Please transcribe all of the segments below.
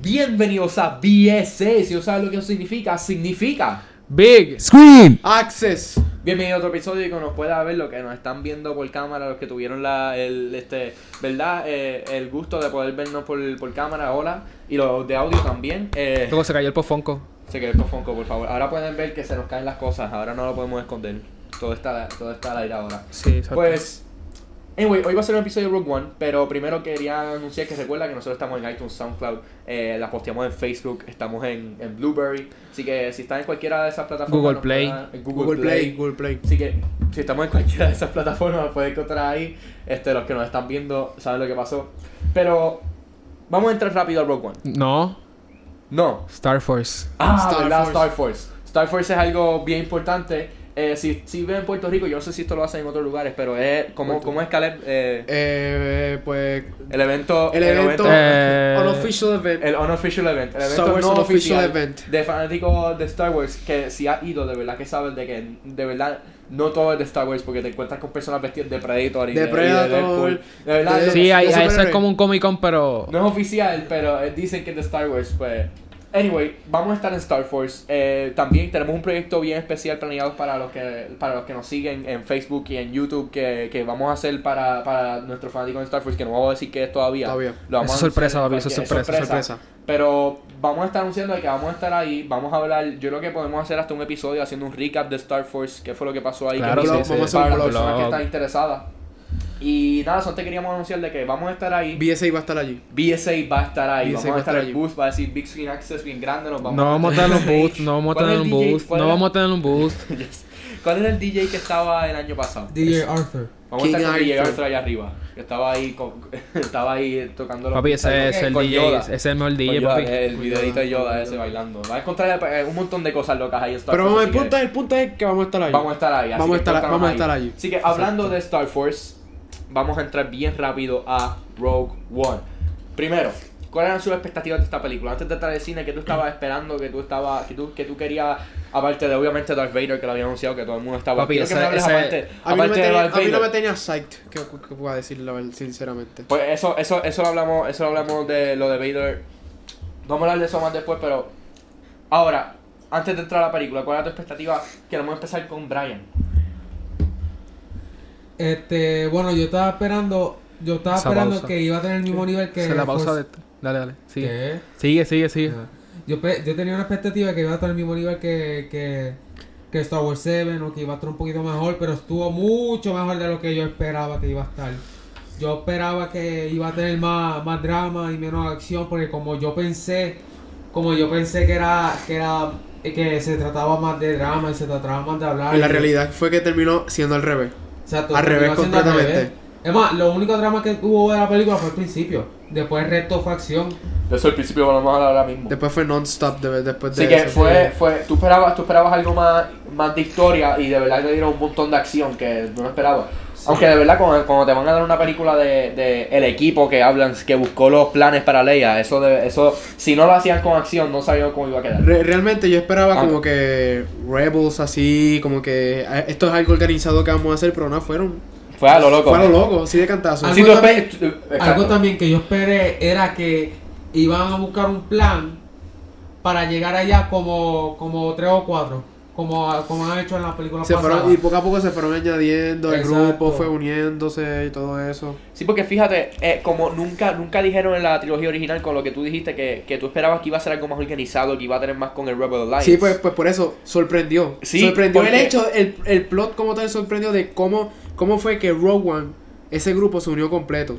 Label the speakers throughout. Speaker 1: Bienvenidos a BSC. Si no sabes lo que eso significa, significa.
Speaker 2: Big.
Speaker 3: Screen.
Speaker 4: Access.
Speaker 1: Bienvenido a otro episodio y que nos pueda ver lo que nos están viendo por cámara, los que tuvieron la, el, este, ¿verdad? Eh, el gusto de poder vernos por, por cámara ahora y los de audio también. Eh,
Speaker 2: Luego se cayó el pofonco.
Speaker 1: se quedó con Fonco, por favor. Ahora pueden ver que se nos caen las cosas, ahora no lo podemos esconder. Todo está, todo está al aire ahora.
Speaker 2: Sí, exacto.
Speaker 1: Pues, anyway, hoy va a ser un episodio de Rogue One, pero primero quería anunciar que recuerda que nosotros estamos en iTunes, SoundCloud, eh, las posteamos en Facebook, estamos en, en Blueberry, así que si están en cualquiera de esas plataformas...
Speaker 2: Google
Speaker 1: nos
Speaker 2: Play.
Speaker 1: pueden- en Google,
Speaker 4: Google, Play.
Speaker 1: Play.
Speaker 4: Google Play.
Speaker 1: Así que si estamos en cualquiera de esas plataformas, nos pueden encontrar ahí. Este, los que nos están viendo saben lo que pasó. Pero vamos a entrar rápido al Rogue One.
Speaker 2: No,
Speaker 1: No,
Speaker 2: Star Force.
Speaker 1: Ah,
Speaker 4: Star
Speaker 1: ¿verdad?
Speaker 4: Force.
Speaker 1: Star Force. Star Force es algo bien importante. Eh, si, si ven en Puerto Rico, yo no sé si esto lo hacen en otros lugares, pero es como,
Speaker 4: Puerto
Speaker 1: como es Caleb, eh,
Speaker 4: Eh, pues.
Speaker 1: el evento.
Speaker 4: El evento.
Speaker 2: Eh,
Speaker 4: unofficial event.
Speaker 1: El unofficial event. El evento
Speaker 4: Star Wars
Speaker 1: no
Speaker 4: unofficial
Speaker 1: oficial
Speaker 4: event.
Speaker 1: De fanáticos de Star Wars que si ha ido, de verdad que sabes de que de verdad no todo es de Star Wars porque te encuentras con personas vestidas de Predator y
Speaker 4: De
Speaker 1: y
Speaker 4: Predator,
Speaker 1: Deadpool. De verdad,
Speaker 4: de-
Speaker 1: no-
Speaker 2: Sí,
Speaker 4: yo
Speaker 2: ahí,
Speaker 4: soy
Speaker 2: ahí eso es
Speaker 4: superhéroe.
Speaker 2: como un Comic Con, pero.
Speaker 1: No es oficial, pero eh, dicen que es de Star Wars, pues. Anyway, vamos a estar en Star Force. Eh, también tenemos un proyecto bien especial planeado para los que para los que nos siguen en Facebook y en YouTube que, que vamos a hacer para, para nuestros fanáticos de Star Force, que no vamos a decir qué es todavía.
Speaker 4: Todavía.
Speaker 1: Lo vamos
Speaker 2: Eso es
Speaker 1: a anunciar
Speaker 2: sorpresa,
Speaker 1: en
Speaker 2: papi, eso es
Speaker 1: cualquier-
Speaker 2: sorpresa,
Speaker 4: Sorpresa.
Speaker 1: Pero vamos a estar anunciando de que vamos a estar ahí, vamos a hablar, yo creo que podemos hacer hasta un episodio haciendo un recap de Star Force, qué fue lo que pasó ahí,
Speaker 2: Claro,
Speaker 1: qué
Speaker 2: sí,
Speaker 1: pasó,
Speaker 2: sí, vamos a
Speaker 4: hacer un
Speaker 1: para las
Speaker 4: blog.
Speaker 1: personas que
Speaker 2: Blog.
Speaker 1: están interesadas. Y nada, solo te queríamos anunciar de que vamos a estar ahí.
Speaker 4: BSA iba a estar allí.
Speaker 1: BSA va a estar ahí,
Speaker 4: BSA
Speaker 1: vamos
Speaker 4: va
Speaker 1: a estar
Speaker 4: a estar
Speaker 1: en el
Speaker 4: allí.
Speaker 1: booth, va a decir Big Screen Access bien grande, nos vamos
Speaker 2: No vamos a tener un booth, no vamos a
Speaker 1: ¿Cuál
Speaker 2: tener
Speaker 1: es
Speaker 2: un
Speaker 1: el DJ?
Speaker 2: booth,
Speaker 1: ¿Cuál
Speaker 2: no
Speaker 1: era?
Speaker 2: vamos a tener un booth.
Speaker 1: Yes. ¿Cuál era el DJ que estaba el año pasado?
Speaker 3: DJ Arthur.
Speaker 1: Vamos a estar
Speaker 4: King
Speaker 1: con DJ
Speaker 4: Arthur.
Speaker 1: Arthur allá arriba, que estaba ahí, con- estaba ahí tocando los
Speaker 2: Papi, ese
Speaker 1: creo
Speaker 2: es
Speaker 1: que
Speaker 2: el
Speaker 1: con
Speaker 2: DJ,
Speaker 1: Yoda.
Speaker 2: ese es el mejor
Speaker 1: Con
Speaker 2: DJ,
Speaker 1: Yoda, ¿eh?
Speaker 2: papi.
Speaker 1: El videito de
Speaker 4: Con
Speaker 1: Yoda
Speaker 4: Yoda.
Speaker 1: ese bailando. Vas a encontrar eh, un montón de cosas locas ahí en Star
Speaker 4: Pero
Speaker 1: Force,
Speaker 4: vamos, el
Speaker 1: así que-
Speaker 4: punto, el punto es que vamos a estar ahí.
Speaker 1: eh. Vamos a estar ahí. así
Speaker 4: Vamos
Speaker 1: que
Speaker 4: a estar-
Speaker 1: escóntanos
Speaker 4: vamos a estar allí.
Speaker 1: Así que hablando de Star Force, vamos a entrar bien rápido a Rogue One. Primero, ¿cuáles eran sus expectativas de esta película? Antes de entrar al cine, ¿qué tú estabas esperando? ¿Qué tú, estabas, que tú, que tú querías? Aparte de, obviamente, Darth Vader, que lo había anunciado que todo el mundo estaba...
Speaker 2: Papi,
Speaker 1: Quiero que
Speaker 2: ese-
Speaker 1: me hables
Speaker 2: ese-
Speaker 1: aparte,
Speaker 4: A mí, no me
Speaker 1: aparte de
Speaker 4: tenía,
Speaker 1: Darth
Speaker 4: a mí no me
Speaker 1: Vader.
Speaker 4: tenía psyched, que, que, que voy a decir la verdad, sinceramente.
Speaker 1: Pues eso, eso, eso lo hablamos, eso lo hablamos de lo de Vader. Vamos a hablar de eso más después, pero... Ahora, antes de entrar a la película, ¿cuál era tu expectativa? Queremos empezar con Brian.
Speaker 3: Este, bueno, yo estaba esperando. Yo estaba
Speaker 2: Esa
Speaker 3: esperando
Speaker 2: pausa.
Speaker 3: que iba a tener el mismo nivel que.
Speaker 2: Se la pausa de
Speaker 3: Force-
Speaker 2: esto. Dale, dale. Sigue.
Speaker 3: ¿Qué?
Speaker 2: Sigue, sigue, sigue.
Speaker 3: Ajá. Yo, pe- yo tenía una expectativa que iba a estar al mismo nivel que, que, que Star Wars 7 o que iba a estar un poquito mejor, pero estuvo mucho mejor de lo que yo esperaba que iba a estar. Yo esperaba que iba a tener más, más drama y menos acción, porque como yo pensé, como yo pensé que era, que era, que se trataba más de drama y se trataba más de
Speaker 4: Y
Speaker 3: hablar.
Speaker 4: Ah,
Speaker 1: eh,
Speaker 4: la
Speaker 3: y-
Speaker 4: realidad fue que terminó siendo al revés.
Speaker 3: Exacto,
Speaker 4: Al
Speaker 3: terminó
Speaker 4: revés
Speaker 3: siendo al
Speaker 4: completamente.
Speaker 3: revés. Es más, lo único drama que tuvo de la película fue al principio. Después el resto fue acción.
Speaker 1: De eso al principio vamos a hablar ahora mismo.
Speaker 4: Después fue non-stop de- después de
Speaker 1: Así que
Speaker 4: eso.
Speaker 1: fue, fue, tú esperabas, tú esperabas algo más, más de historia y de verdad te dieron un montón de acción que no esperaba. Aunque de verdad cuando, cuando te van a dar una película de, de el equipo que hablan, que buscó los planes para Leia, eso de, eso, si no lo hacían con acción, no sabían cómo iba a quedar.
Speaker 4: Re- realmente yo esperaba
Speaker 1: Ah.
Speaker 4: como que Rebels así, como que eh, esto es algo organizado que vamos a hacer, pero no, fueron.
Speaker 1: Fue a Ah, lo loco.
Speaker 4: Fue a lo loco, así de cantazo.
Speaker 3: Ah,
Speaker 1: Si tú
Speaker 3: Algo
Speaker 1: espe-
Speaker 3: también-
Speaker 1: tú- exacto.
Speaker 3: Algo también que yo esperé era que iban a buscar un plan para llegar allá como, como tres o cuatro, como, como han hecho en las películas
Speaker 4: Se
Speaker 3: pasadas.
Speaker 4: fueron, y poco a poco se fueron añadiendo, el
Speaker 3: Exacto.
Speaker 4: grupo fue uniéndose y todo eso.
Speaker 1: Sí, porque fíjate, eh, como nunca nunca dijeron en la trilogía original con lo que tú dijiste, que, que tú esperabas que iba a ser algo más organizado, que iba a tener más con el Rebel Alliance.
Speaker 4: Sí, pues, pues por eso sorprendió.
Speaker 1: Sí,
Speaker 4: sorprendió el
Speaker 1: porque-
Speaker 4: hecho, el, el plot como tal sorprendió de cómo, cómo fue que Rogue One, ese grupo se unió completo.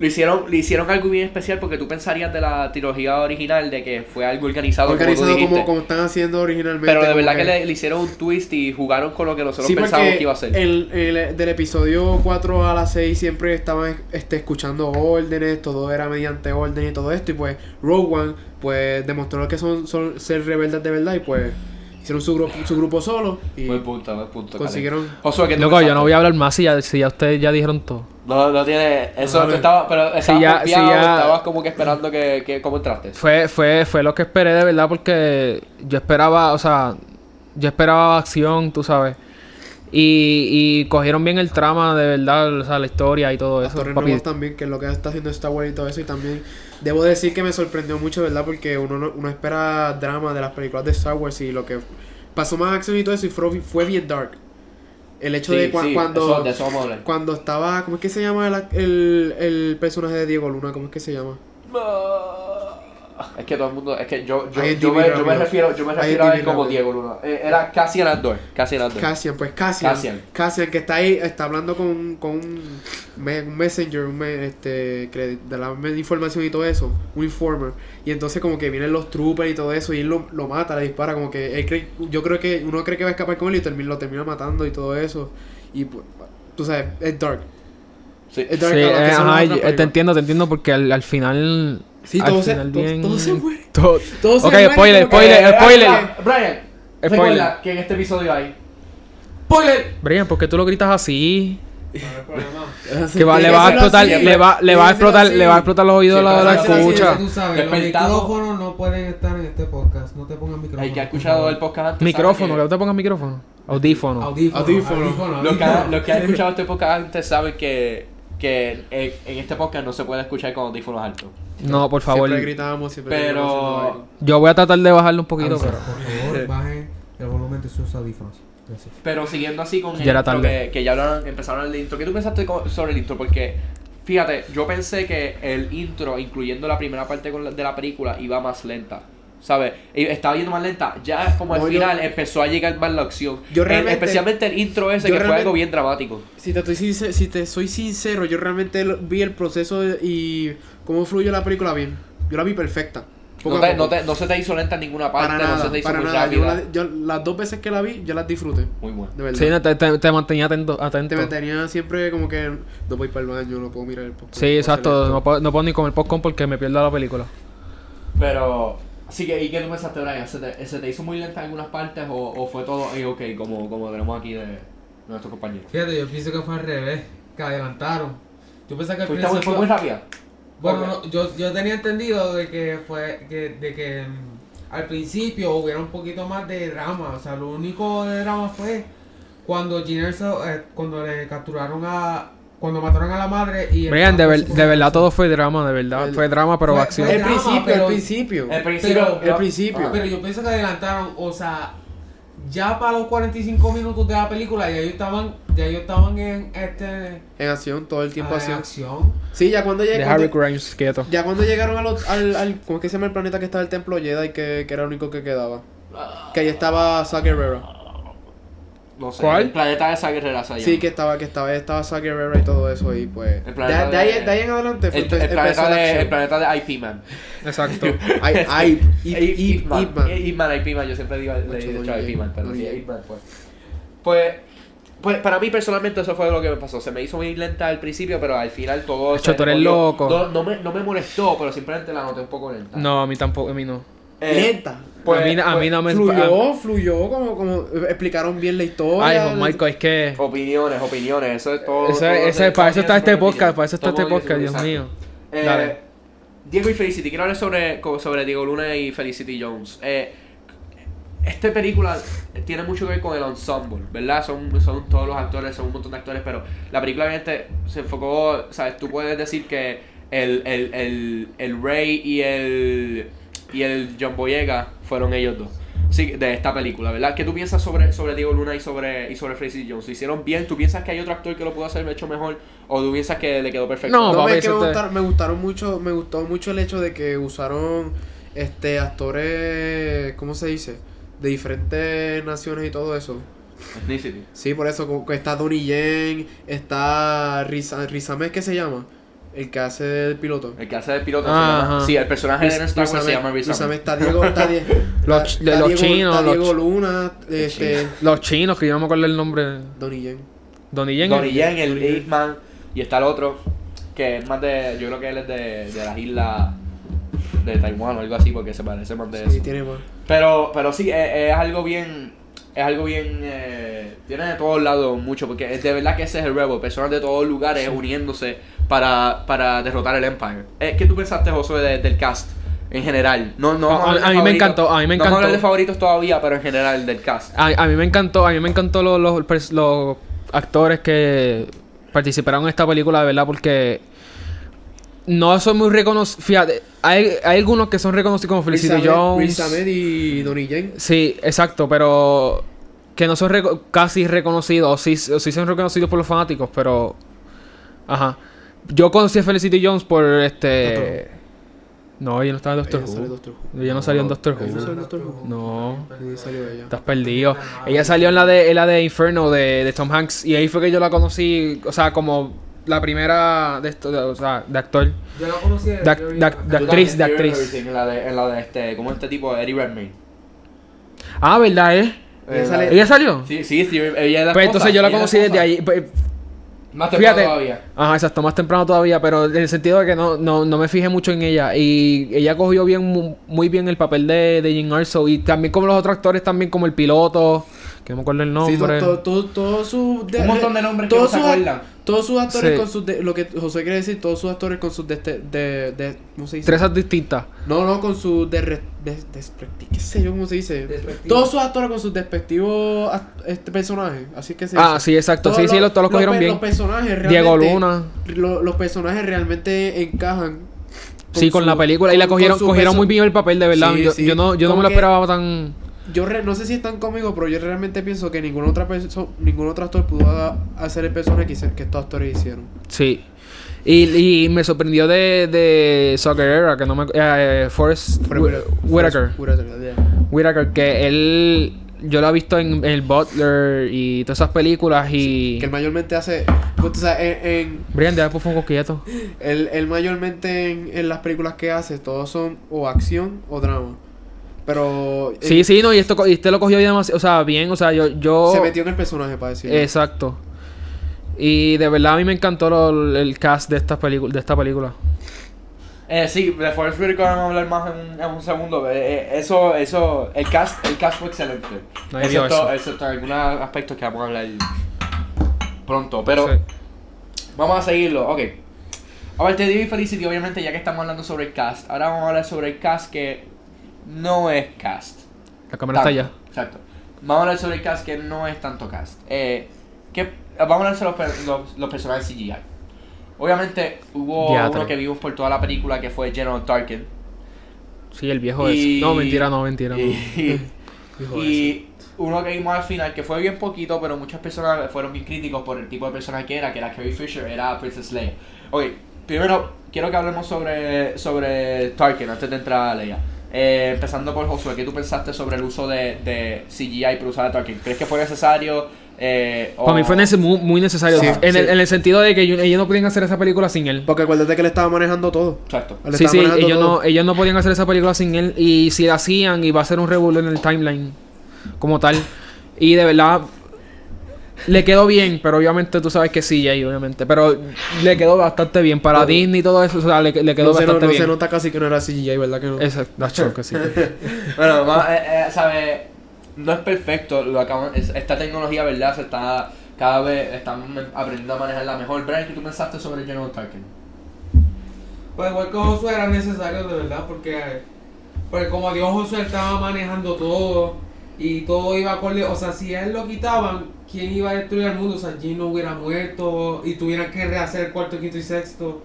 Speaker 1: Lo hicieron, le hicieron algo bien especial porque tú pensarías de la trilogía original de que fue algo organizado,
Speaker 4: organizado
Speaker 1: como tú
Speaker 4: como,
Speaker 1: dijiste.
Speaker 4: como, están haciendo originalmente.
Speaker 1: pero de
Speaker 4: como
Speaker 1: verdad que, le, le hicieron un twist y jugaron con lo que nosotros pensábamos que iba a ser.
Speaker 4: el- el- del episodio 4 a la 6 siempre estaban este, escuchando órdenes, todo era mediante órdenes y todo esto. Y pues Rogue One pues demostró que son, son ser rebeldes de verdad y pues hicieron su, grupo su grupo solo y
Speaker 1: Buen
Speaker 2: Pues,
Speaker 1: punto, buen punto.
Speaker 4: consiguieron...
Speaker 1: Caleb. Josué, ¿qué tú
Speaker 2: Loco, yo no
Speaker 1: pensaste?
Speaker 2: voy a hablar más si ya, si ya ustedes ya dijeron todo.
Speaker 1: No, no tiene. Eso
Speaker 4: Ajá,
Speaker 1: tú
Speaker 4: bien.
Speaker 1: estabas. Pero estabas
Speaker 2: ya-
Speaker 1: confiado,
Speaker 2: si ya-
Speaker 1: estabas como que esperando que. que ¿Cómo entraste?
Speaker 2: Fue, fue, fue lo que esperé de verdad porque yo esperaba, o sea, yo esperaba acción, tú sabes. Y, y cogieron bien el trama de verdad, o sea, la historia y todo
Speaker 4: Las
Speaker 2: eso.
Speaker 4: torres
Speaker 2: papi.
Speaker 4: nuevas también, que es lo que está haciendo Star Wars y todo eso, y también Debo decir que me sorprendió mucho, ¿verdad? Porque uno, no- uno espera drama de las películas de Star Wars y lo que pasó más acción y todo eso y fue, fue bien dark. El hecho de cua- cuando
Speaker 1: eso- de eso vamos a hablar.
Speaker 4: cuando estaba, ¿cómo es que se llama el, ac- el, el personaje de Diego Luna? ¿Cómo es que se llama?
Speaker 1: Es que todo el mundo, es que yo, yo,
Speaker 4: IMDb
Speaker 1: yo, me, yo me
Speaker 4: rápido.
Speaker 1: refiero, yo me refiero a él
Speaker 4: IMDb
Speaker 1: como
Speaker 4: rápido.
Speaker 1: Diego Luna. Eh, era casi en Andor, casi en Andor.
Speaker 4: Cassian, pues Cassian.
Speaker 1: Cassian.
Speaker 4: Cassian. que está ahí, está hablando con, con un, me- un messenger, un me- este, que de la me- información y todo eso, un informer. Y entonces como que vienen los troopers y todo eso, y él lo, lo mata, le dispara, como que él cree- yo creo que uno cree que va a escapar con él y termi- lo termina matando y todo eso. Y pues, tú sabes, es dark.
Speaker 1: Sí.
Speaker 4: Es
Speaker 2: Sí,
Speaker 4: dark
Speaker 2: eh,
Speaker 4: cabrón, que son las
Speaker 2: ajá,
Speaker 4: otras
Speaker 2: yo- te
Speaker 4: películas.
Speaker 2: entiendo, te entiendo, porque al, al final.
Speaker 4: Sí,
Speaker 2: al
Speaker 4: todo se-
Speaker 2: final
Speaker 4: todo-
Speaker 2: bien-
Speaker 4: todo se muere.
Speaker 2: todo- eh,
Speaker 4: Todo se
Speaker 2: Ok,
Speaker 4: muere,
Speaker 2: spoiler,
Speaker 4: como que-
Speaker 2: spoiler,
Speaker 1: Eh,
Speaker 2: spoiler.
Speaker 1: ah, Brian,
Speaker 2: Spoiler.
Speaker 1: recuerda que en este episodio hay.
Speaker 4: ¡Spoiler!
Speaker 2: pues, Brian, ¿por qué tú lo gritas así?
Speaker 4: Así
Speaker 2: Que va, le
Speaker 4: tiene
Speaker 2: va a
Speaker 4: ser
Speaker 2: explotar,
Speaker 4: así,
Speaker 2: le va, le va a
Speaker 4: tiene que ser
Speaker 2: explotar,
Speaker 4: así.
Speaker 2: le va a explotar los oídos a la, la
Speaker 1: Siempre
Speaker 3: Así,
Speaker 1: será así,
Speaker 2: escucha.
Speaker 3: así, Tú sabes, los
Speaker 1: Despertado.
Speaker 3: micrófonos no pueden estar en este podcast. No te pongas micrófono.
Speaker 1: El que ha escuchado el podcast antes.
Speaker 2: Micrófono, que
Speaker 1: sabe
Speaker 2: no te pongas micrófono. Audífono.
Speaker 3: Audífono.
Speaker 4: Audífono.
Speaker 1: que- Los que, ha- los que han escuchado este podcast antes saben que, que en, en este podcast no se puede escuchar con audífonos altos.
Speaker 2: No, por favor.
Speaker 4: Siempre gritábamos, siempre terminamos haciendo
Speaker 1: Pero.
Speaker 4: algo.
Speaker 2: Yo voy a tratar de bajarlo un poquito,
Speaker 3: Avisar,
Speaker 2: pero.
Speaker 3: Ah, Por favor, bajen el volumen de sus audífonos. Gracias.
Speaker 1: Pero siguiendo así con el
Speaker 2: Ya era
Speaker 1: intro
Speaker 2: tarde.
Speaker 1: que, que ya hablaron, empezaron el intro. ¿Qué tú pensaste co- sobre el intro? Porque, fíjate, yo pensé que el intro, incluyendo la primera parte con la- de la película, iba más lenta. ¿Sabes? Y Estaba yendo más lenta. Ya como al
Speaker 4: No, yo-
Speaker 1: final empezó a llegar más la acción.
Speaker 4: Yo
Speaker 1: El-
Speaker 4: realmente-
Speaker 1: especialmente el intro ese,
Speaker 4: yo
Speaker 1: que fue
Speaker 4: realmente-
Speaker 1: algo bien dramático.
Speaker 4: Si te, estoy sincer- si te soy sincero, yo realmente lo- vi el proceso de- y cómo fluyó la película bien. Yo la vi perfecta. Poco
Speaker 1: No,
Speaker 4: a
Speaker 1: te-
Speaker 4: poco.
Speaker 1: no te- no se te hizo lenta en ninguna parte,
Speaker 4: para
Speaker 1: no se
Speaker 4: nada,
Speaker 1: te hizo
Speaker 4: para
Speaker 1: muy
Speaker 4: nada. Yo
Speaker 1: rápida.
Speaker 4: la- yo las dos veces que la vi, yo las disfruté.
Speaker 1: Muy bueno.
Speaker 4: De verdad.
Speaker 2: Sí, no, te, te- te mantenía atento. atento.
Speaker 4: te mantenía siempre como que no voy para el baño, no puedo mirar el podcast,
Speaker 2: Sí,
Speaker 4: no puedo hacer
Speaker 2: exacto.
Speaker 4: esto.
Speaker 2: No puedo, no puedo ni comer popcorn porque me pierdo la película.
Speaker 1: Pero, así que, ¿y qué tú pensaste, Brian? ¿Se te, se te hizo muy lenta en algunas partes o, o fue todo, "Ey, ok, como, como tenemos aquí de nuestro compañero?
Speaker 3: Fíjate, yo pienso que fue al revés. Que adelantaron. Yo pensaba que al
Speaker 1: Fuiste muy,
Speaker 3: principio
Speaker 1: fue muy rápida.
Speaker 3: Bueno, no, yo, yo tenía entendido de que fue que, de que mm, al principio hubiera un poquito más de drama, o sea, lo único de drama fue cuando Gin Erso, eh, cuando le capturaron a cuando mataron a la madre y el
Speaker 2: Brian, de,
Speaker 3: papá
Speaker 2: ver-
Speaker 3: se
Speaker 2: de verdad
Speaker 3: fue-
Speaker 2: todo fue drama, de verdad.
Speaker 4: El-
Speaker 2: Fue drama, pero
Speaker 3: fue-
Speaker 2: acción.
Speaker 3: fue-
Speaker 4: El
Speaker 3: Drama,
Speaker 4: principio,
Speaker 3: pero-
Speaker 4: el principio.
Speaker 1: El principio.
Speaker 4: el principio.
Speaker 1: Ah.
Speaker 3: Pero yo pienso que adelantaron, o sea, ya para los 45 minutos de la película ya ellos estaban ya ellos estaban en este
Speaker 4: En acción, todo el tiempo
Speaker 3: ah,
Speaker 4: acción.
Speaker 3: acción.
Speaker 4: Sí, ya cuando
Speaker 2: De
Speaker 4: llegué.
Speaker 2: Harry Grimes, quieto.
Speaker 4: Ya cuando llegaron a los- al, al- ¿Cómo es que se llama el planeta que estaba el templo Jedi? Que, que era el único que quedaba. Que ahí estaba Zack Guerrero.
Speaker 1: Ah, No sé.
Speaker 2: ¿Cuál?
Speaker 1: El planeta de esa guerrera se llama.
Speaker 4: Sí, que estaba, que estaba, estaba Zack Guerrero y todo eso y pues. De,
Speaker 1: Ah, El planeta
Speaker 4: de ahí,
Speaker 1: de-
Speaker 4: de ahí en adelante fue-
Speaker 1: El, el
Speaker 4: empezó
Speaker 1: planeta
Speaker 4: la
Speaker 1: de,
Speaker 4: acción.
Speaker 1: el planeta de IP Man.
Speaker 2: Exacto.
Speaker 4: Ay, ay, Ip- Ip-
Speaker 1: Ip Man.
Speaker 4: Ip Man.
Speaker 1: Ip Man, IP Man. Yo siempre digo, le he
Speaker 4: Ocho,
Speaker 1: dicho
Speaker 4: doña
Speaker 1: IP Man,
Speaker 4: Ip,
Speaker 1: pero sí,
Speaker 4: doña Ip.
Speaker 1: Ip Man, pues. Pues. Pues para mí personalmente eso fue lo que me pasó. Se me hizo muy lenta al principio, pero al final todo...
Speaker 2: Hacho,
Speaker 1: se
Speaker 2: tú eres
Speaker 1: recogió.
Speaker 2: loco.
Speaker 1: No, no me, no me molestó, pero simplemente la noté un poco lenta.
Speaker 2: No, a mí tampoco, a mí no.
Speaker 1: Eh,
Speaker 4: Lenta.
Speaker 1: pues-
Speaker 2: a mí, a mí no me...
Speaker 4: fluyó, fluyó, como, como explicaron bien la historia.
Speaker 2: Ay, Juan Michael, es que...
Speaker 1: Oh, Opiniones, opiniones, eso es todo. todo
Speaker 2: Ese,
Speaker 1: se-
Speaker 2: ese, para eso
Speaker 1: todo tiene
Speaker 2: está este
Speaker 1: su opinión.
Speaker 2: podcast, para eso
Speaker 1: Todo
Speaker 2: está este
Speaker 1: tiene su
Speaker 2: podcast, Dios
Speaker 1: oh, exacto.
Speaker 2: mío.
Speaker 1: Eh,
Speaker 2: Dale.
Speaker 1: Diego y Felicity, quiero hablar sobre, co- sobre Diego Luna y Felicity Jones. Eh, esta película tiene mucho que ver con el ensemble, ¿verdad? Son, son todos los actores, son un montón de actores, pero la película obviamente se enfocó, ¿sabes? Tú puedes decir que el, el, el, el Rey y el, y el John Boyega fueron ellos dos. Sí, de esta película, ¿verdad? ¿Qué tú piensas sobre, sobre Diego Luna y sobre, y sobre Felicity Jones? ¿Lo hicieron bien? ¿Tú piensas que hay otro actor que lo pudo hacer hecho mejor? ¿O tú piensas que le quedó perfecto?
Speaker 2: No,
Speaker 4: No,
Speaker 2: papi,
Speaker 4: es que
Speaker 2: eso
Speaker 4: me,
Speaker 2: te-
Speaker 4: gustaron, me gustaron mucho, me gustó mucho el hecho de que usaron este actores, ¿cómo se dice? De diferentes naciones y todo eso.
Speaker 1: Ethnicity.
Speaker 4: Sí, por eso como que está Donnie Yen, está Riz- Rizames, ¿qué se llama? El que hace el piloto.
Speaker 1: El que hace de piloto
Speaker 2: Ah,
Speaker 1: se llama.
Speaker 2: ajá.
Speaker 1: Sí, el personaje de Star Wars se
Speaker 4: Rizames-
Speaker 1: llama
Speaker 4: Rizames,
Speaker 1: Rizame.
Speaker 4: está Diego, está Die-
Speaker 2: Los-
Speaker 4: está-
Speaker 2: de
Speaker 4: está
Speaker 2: los
Speaker 4: Diego-
Speaker 2: chinos,
Speaker 4: está
Speaker 2: los
Speaker 4: Diego
Speaker 2: chi-
Speaker 4: Luna, este,
Speaker 1: chinos.
Speaker 2: Los chinos, que yo no me acuerdo el nombre.
Speaker 4: Donnie Yen.
Speaker 2: Donnie Yen.
Speaker 1: Donnie Yen, el
Speaker 4: Donnie Yen.
Speaker 1: Eggman. Y está el otro, que es más de. Yo creo que él es de, de las islas de Taiwán o algo así, porque se parece más de
Speaker 4: Sí,
Speaker 1: eso.
Speaker 4: tiene más.
Speaker 1: Pero, pero sí, es, es algo bien. Es algo bien. eh, tiene de todos lados mucho, porque es de verdad que ese es el Rebel. Personas de todos lugares uniéndose para, para derrotar el Empire. Eh, ¿Qué tú pensaste, José, de- del cast en general? No, no,
Speaker 2: A-
Speaker 1: vamos hablar de
Speaker 2: a mí me
Speaker 1: favoritos.
Speaker 2: encantó, a mí me
Speaker 1: No vamos hablar
Speaker 2: encantó.
Speaker 1: de favoritos todavía, pero en general del cast.
Speaker 2: A, a mí me encantó, a mí me encantó los, los pers- los actores que participaron en esta película, de verdad, porque no son muy reconocidos. Fíjate, hay, hay algunos que son reconocidos como
Speaker 4: Riz
Speaker 2: Felicity
Speaker 4: Ahmed-
Speaker 2: Jones.
Speaker 4: Riz Ahmed y Donnie Yen.
Speaker 2: Sí, exacto, pero que no son reco- casi reconocidos, o sí, o sí son reconocidos por los fanáticos, pero... Ajá. Yo conocí a Felicity Jones por este... No, ella no estaba en Doctor
Speaker 4: Ella sale en
Speaker 2: Who.
Speaker 4: Doctor Who.
Speaker 2: Ella no salió en Doctor
Speaker 4: Ella no sale en
Speaker 2: Who.
Speaker 4: Doctor Who.
Speaker 2: No,
Speaker 4: ¿Dónde salió ella?
Speaker 2: estás perdido. Ella salió en la de, en la de Inferno de, de Tom Hanks y ahí fue que yo la conocí, o sea, como la primera de, esto, de- o sea, de actor.
Speaker 3: Yo la conocí
Speaker 2: De ac- de ac- de ac- actriz, de actriz.
Speaker 1: En la de, en la de este, como este tipo, Eddie Redmayne.
Speaker 2: Ah, ¿verdad, eh?
Speaker 4: Ella
Speaker 1: Eh,
Speaker 4: sale-
Speaker 1: la-
Speaker 2: ¿Ella salió?
Speaker 1: Sí, sí, sí, ella es la esposa,
Speaker 2: Pues entonces yo la
Speaker 1: ella es
Speaker 2: conocí desde
Speaker 1: esposa.
Speaker 2: ahí. pues,
Speaker 1: Más temprano
Speaker 2: Fíjate.
Speaker 1: todavía.
Speaker 2: Ajá, exacto, más temprano todavía, pero en el sentido de que no, no, no me fijé mucho en ella. Y ella cogió bien mu- muy bien el papel de, de Jim Arso. Y también como los otros actores, también como el piloto, que no me acuerdo el
Speaker 4: Sí, to-
Speaker 2: nombre.
Speaker 4: to- to- todos sus de-
Speaker 1: Un montón de nombres que
Speaker 4: todos
Speaker 1: no se
Speaker 4: sus act-
Speaker 1: acuerdan.
Speaker 4: Todos sus actores
Speaker 2: Sí.
Speaker 4: con sus de- lo que José quiere decir, todos sus actores con sus de, este- de, de- ¿cómo se dice?
Speaker 2: Tres distintas.
Speaker 4: No, no, con sus de, re- de, despecti- qué sé yo cómo se dice.
Speaker 3: Despectivo.
Speaker 4: Todos sus actores con sus despectivos act- este personajes, así es que se
Speaker 2: Ah,
Speaker 4: dice.
Speaker 2: sí, exacto.
Speaker 4: Todos
Speaker 2: sí, sí, los, todos los cogieron
Speaker 4: pe-
Speaker 2: bien.
Speaker 4: Los personajes
Speaker 2: Diego
Speaker 4: realmente-
Speaker 2: Luna.
Speaker 4: lo- los personajes realmente encajan.
Speaker 2: Sí, con
Speaker 4: su-
Speaker 2: la película. Y la
Speaker 4: con- con
Speaker 2: cogieron,
Speaker 4: su
Speaker 2: cogieron
Speaker 4: perso-
Speaker 2: muy bien el papel, de verdad.
Speaker 4: Sí,
Speaker 2: yo,
Speaker 4: sí.
Speaker 2: yo no, yo no
Speaker 4: Como
Speaker 2: me lo
Speaker 4: que-
Speaker 2: esperaba tan.
Speaker 4: Yo re- no sé si están conmigo, pero yo realmente pienso que ningún otra perso- ningún otro actor pudo a- hacer el personaje que, hice- que estos actores hicieron.
Speaker 2: Sí. Y, y me sorprendió de, de Soccer Era, que no me. Eh, Forrest Whitaker.
Speaker 4: Whitaker,
Speaker 2: Whitaker, que él. Yo lo he visto en, en El Butler y todas esas películas y.
Speaker 4: Que él mayormente hace. pues, tú sabes, en-
Speaker 2: Brian, deja por favor un cosquilleto.
Speaker 4: en- él, él mayormente en, en las películas que hace, todos son o acción o drama. Pero. eh, él
Speaker 2: Sí, sí, no, y esto co- y este lo cogió bien, demasi- o sea, bien, o sea, yo, yo.
Speaker 4: Se metió en el personaje, para decirlo.
Speaker 2: Exacto. Y de verdad a mí me encantó lo- el cast de esta película, de esta película.
Speaker 1: Eh, sí, de Forest Whitaker vamos a hablar más en un, en un segundo. eh, eh, eso, eso, el cast, el cast fue excelente.
Speaker 2: No, yo digo
Speaker 1: excepto,
Speaker 2: eso.
Speaker 1: excepto en algunos aspectos que vamos a hablar pronto. Pero
Speaker 2: Sí.
Speaker 1: vamos a seguirlo, ok. Aparte de Divi Felicity, obviamente, ya que estamos hablando sobre el cast, ahora vamos a hablar sobre el cast que no es cast.
Speaker 2: la cámara está allá.
Speaker 1: Tanto, Exacto. Vamos a hablar sobre el cast que no es tanto cast. Eh, ¿qué- vamos a hablar sobre los, per- los, los personajes CGI. Obviamente hubo
Speaker 2: Diatre.
Speaker 1: uno que vimos por toda la película que fue General Tarkin.
Speaker 2: Sí, el viejo
Speaker 1: Y-
Speaker 2: es. No, mentira, no, mentira. no.
Speaker 1: Y,
Speaker 4: Hijo de
Speaker 1: y uno que vimos al final que fue bien poquito, pero muchas personas fueron bien críticos por el tipo de personaje que era, que era Carrie Fisher, era Princess Leia. Ok, primero quiero que hablemos sobre, sobre Tarkin antes de entrar a Leia. Eh, empezando por Josué, ¿qué tú pensaste sobre el uso de, de CGI para usar a Tarkin? ¿Crees que fue necesario? Eh, o-
Speaker 2: Para mí fue nece- mu- muy, necesario.
Speaker 4: Sí,
Speaker 2: en, el,
Speaker 4: sí.
Speaker 2: en el sentido de que ellos, ellos no podían hacer esa película sin él.
Speaker 4: Porque acuérdate que él estaba manejando todo.
Speaker 1: Exacto.
Speaker 4: Él
Speaker 2: Sí,
Speaker 4: estaba
Speaker 2: sí,
Speaker 4: manejando
Speaker 2: ellos
Speaker 4: todo.
Speaker 2: no, ellos no podían hacer esa película sin él. Y si la hacían, iba a ser un revuelo en el timeline. Como tal. Y de verdad. Le quedó bien, pero obviamente tú sabes que sí, Jay, obviamente. Pero le quedó bastante bien. Para Disney y todo eso, o sea, le, le quedó
Speaker 4: no se, no,
Speaker 2: bastante
Speaker 4: no se
Speaker 2: bien.
Speaker 4: nota casi que no era CGI, ¿verdad que no?
Speaker 2: Exacto, that's true, que sí.
Speaker 1: Bueno, va- eh, eh, sabe, no es perfecto, lo acaban- es- esta tecnología, ¿verdad? Se está, cada vez están me- aprendiendo a manejarla mejor. Brian, ¿qué tú pensaste sobre General Tarkin?
Speaker 3: Pues igual que Josué era necesario de verdad, porque, porque como Dios Josué estaba manejando todo y todo iba acorde. O sea, si a él lo quitaban, ¿quién iba a destruir el mundo? O sea, Jim no hubiera muerto y tuvieran que rehacer cuarto, quinto y sexto,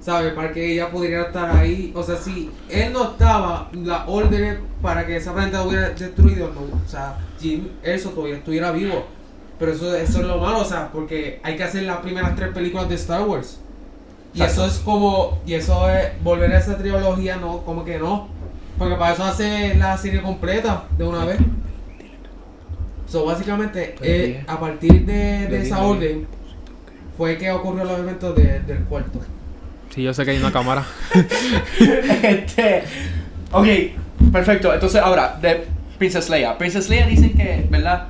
Speaker 3: ¿sabes? Para que ella pudiera estar ahí. O sea, si él no estaba, la orden para que esa planta hubiera destruido, no, o sea, Jim, eso todavía estuviera vivo. Pero eso, eso es lo malo, o sea, porque hay que hacer las primeras tres películas de Star Wars. Y eso es como, y eso es, volver a esa trilogía, no, como que no. Porque para eso hace la serie completa de una vez. So, básicamente, eh, a partir de, de esa orden, fue que ocurrió los eventos de- del cuarto.
Speaker 2: Sí, yo sé que hay una cámara.
Speaker 1: este, ok, perfecto. Entonces, ahora, de Princess Leia. Princess Leia dicen que, ¿verdad?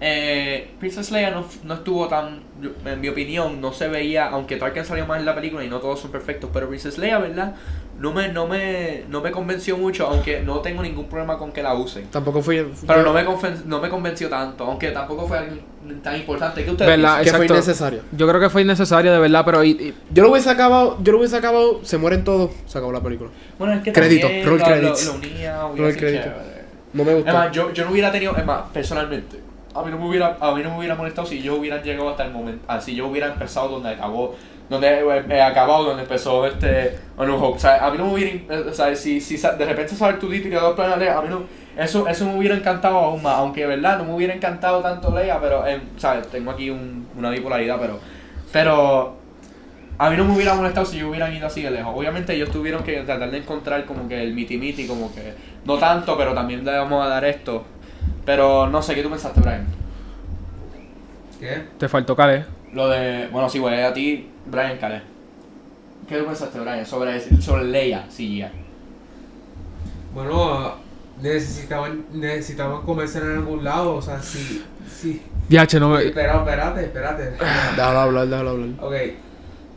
Speaker 1: Eh, Princess Leia no, no estuvo tan, yo- en mi opinión, no se veía, aunque Tarkin salió más en la película y no todos son perfectos, pero Princess Leia, ¿verdad? No me, no me, no me convenció mucho, aunque no tengo ningún problema con que la usen.
Speaker 4: Tampoco fue.
Speaker 1: Pero no me, conven- no me convenció tanto, aunque tampoco fue alguien tan importante que ustedes.
Speaker 2: ¿Verdad? ah,
Speaker 4: que fue
Speaker 2: Exacto.
Speaker 4: innecesario.
Speaker 2: Yo creo que fue innecesario, de verdad, pero. y- y-
Speaker 4: Yo lo hubiese acabado, yo lo hubiese acabado, se mueren todos, se acabó la película.
Speaker 1: piensan. Bueno, es que
Speaker 4: Crédito,
Speaker 1: también
Speaker 4: roll
Speaker 1: lo- lo-
Speaker 4: credits.
Speaker 1: lo unía, hubiera
Speaker 4: Roll
Speaker 1: sido
Speaker 4: credits.
Speaker 1: chévere.
Speaker 4: No me gustó.
Speaker 1: Es más, yo, yo no hubiera tenido, es más, personalmente, a mí no me hubiera, a mí no me hubiera molestado si yo hubiera llegado hasta el momento, ah, si yo hubiera empezado donde acabó donde eh, eh, acabado, donde empezó este A New Hope. O sea, a mí no me hubiera, eh, o sea, si, si sa- de repente saber tu título y dos planes Leia, a mí no, eso, eso me hubiera encantado aún más, aunque verdad no me hubiera encantado tanto Leia, pero, eh, ¿sabes? Tengo aquí un- una bipolaridad, pero, pero a mí no me hubiera molestado si yo hubieran ido así de lejos. Obviamente ellos tuvieron que tratar de encontrar como que el miti-miti, como que no tanto, pero también le vamos a dar esto. Pero no sé, ¿qué tú pensaste, Brian?
Speaker 3: ¿Qué?
Speaker 2: Te faltó Calé.
Speaker 1: Lo de, bueno, sí, güey, a ti, Brian Calé. ¿Qué tú pensaste, Brian, sobre, sobre Leia CGI?
Speaker 3: Bueno, necesitaban, necesitaban comenzar en algún lado, o sea, sí, sí.
Speaker 2: Diache, no me...
Speaker 3: Espera, espérate, espérate.
Speaker 4: Déjalo hablar, déjalo hablar.
Speaker 3: Ok,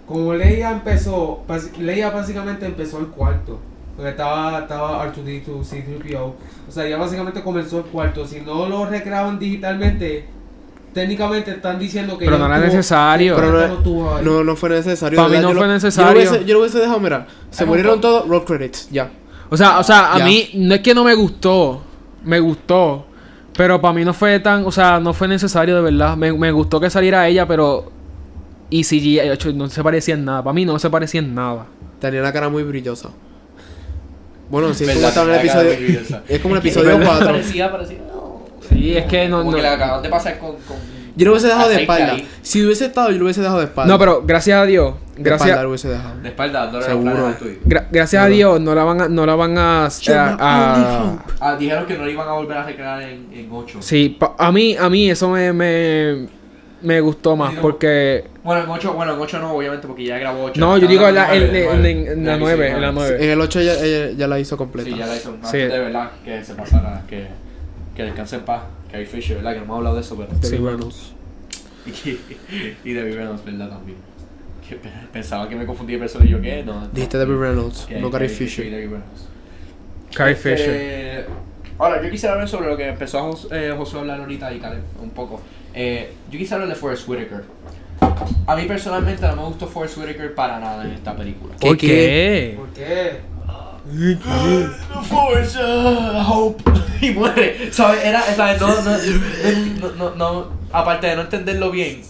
Speaker 3: como Leia empezó, basi- Leia básicamente empezó el cuarto, porque estaba, estaba R2D2, C3PO, o sea, ya básicamente comenzó el cuarto, si no lo recreaban digitalmente, técnicamente están diciendo que
Speaker 2: Pero
Speaker 3: ella
Speaker 2: no era
Speaker 3: estuvo-
Speaker 2: necesario.
Speaker 3: que ella
Speaker 4: Pero no-
Speaker 3: no estuvo ahí.
Speaker 4: No, no fue necesario.
Speaker 2: Pa'
Speaker 4: de
Speaker 2: mí
Speaker 4: verdad,
Speaker 2: no
Speaker 4: yo
Speaker 2: fue
Speaker 4: lo-
Speaker 2: necesario.
Speaker 4: Yo lo hubiese, yo lo hubiese dejado, mira. Se
Speaker 1: Ay,
Speaker 4: murieron
Speaker 1: no.
Speaker 4: todos, roll credits, ya.
Speaker 2: O sea, o sea, a
Speaker 4: Ya.
Speaker 2: mí no es que no me gustó, me gustó, pero para mí no fue tan, o sea, no fue necesario de verdad. Me, me gustó que saliera ella, pero y CGI, de hecho, no se parecía en nada. Para mí no se parecía en nada.
Speaker 4: Tenía la cara muy brillosa. Bueno, sí, es como
Speaker 1: ¿Verdad?
Speaker 4: estaba en el
Speaker 1: La cara muy
Speaker 4: episodio.
Speaker 1: brillosa.
Speaker 4: Es como el episodio 4.
Speaker 1: Parecía, parecía. no.
Speaker 2: Sí, es que no-
Speaker 1: Como
Speaker 2: no-
Speaker 1: que la acaban de pasar con. con
Speaker 4: Yo lo hubiese dejado de
Speaker 1: aceite
Speaker 4: espalda.
Speaker 1: ahí.
Speaker 4: Si hubiese estado, yo lo hubiese dejado de espalda.
Speaker 2: No, pero gracias a Dios,
Speaker 4: De espalda
Speaker 2: gracias
Speaker 4: lo hubiese dejado.
Speaker 1: De espalda, dándole
Speaker 4: Seguro.
Speaker 1: la plana al tuyo.
Speaker 2: gra- gracias a
Speaker 4: Pero-
Speaker 2: Dios no la van a no la van a, a- a-
Speaker 1: Ah, dijeron que no lo iban a volver a recrear en, en 8.
Speaker 2: Sí, pa- a mí a mí eso me me, me gustó más
Speaker 1: Sí, no.
Speaker 2: porque
Speaker 1: Bueno, en 8, bueno, en 8 no, obviamente, porque ya grabó 8.
Speaker 2: no, yo digo en la, en- en- en- en la 9, en la 9.
Speaker 4: En el 8 ya, ella- ya la hizo completa.
Speaker 1: Sí, ya la hizo. No,
Speaker 2: Sí.
Speaker 1: De verdad, que se pasara, que, que descanse en paz. Que hay Fisher, ¿verdad? Que no hemos hablado de eso, pero.
Speaker 4: Sí,
Speaker 2: Sí,
Speaker 4: bueno.
Speaker 1: Y, que- y de Vivenos, ¿verdad? También. Que pe- pensaba que me confundí de persona y yo, ¿qué? No.
Speaker 4: Dijiste Debbie Reynolds,
Speaker 1: que-
Speaker 4: no
Speaker 1: que
Speaker 4: Gary
Speaker 1: hay
Speaker 4: Fisher.
Speaker 1: y David Reynolds.
Speaker 2: Carrie
Speaker 1: Este,
Speaker 2: Fisher.
Speaker 1: Ahora, yo quisiera hablar sobre lo que empezó a Jos- eh, Josué a hablar ahorita y Caleb, un poco. Eh, yo quisiera hablar de Forrest Whitaker. A mí personalmente no me gustó Forrest Whitaker para nada en esta película.
Speaker 4: ¿Qué,
Speaker 2: ¿Por
Speaker 4: qué?
Speaker 2: qué?
Speaker 3: ¿Por qué?
Speaker 1: The Force, uh, Hope. Y muere. ¿Sabes? Era, ¿sabes? No, no, no, no, no- aparte de no entenderlo bien,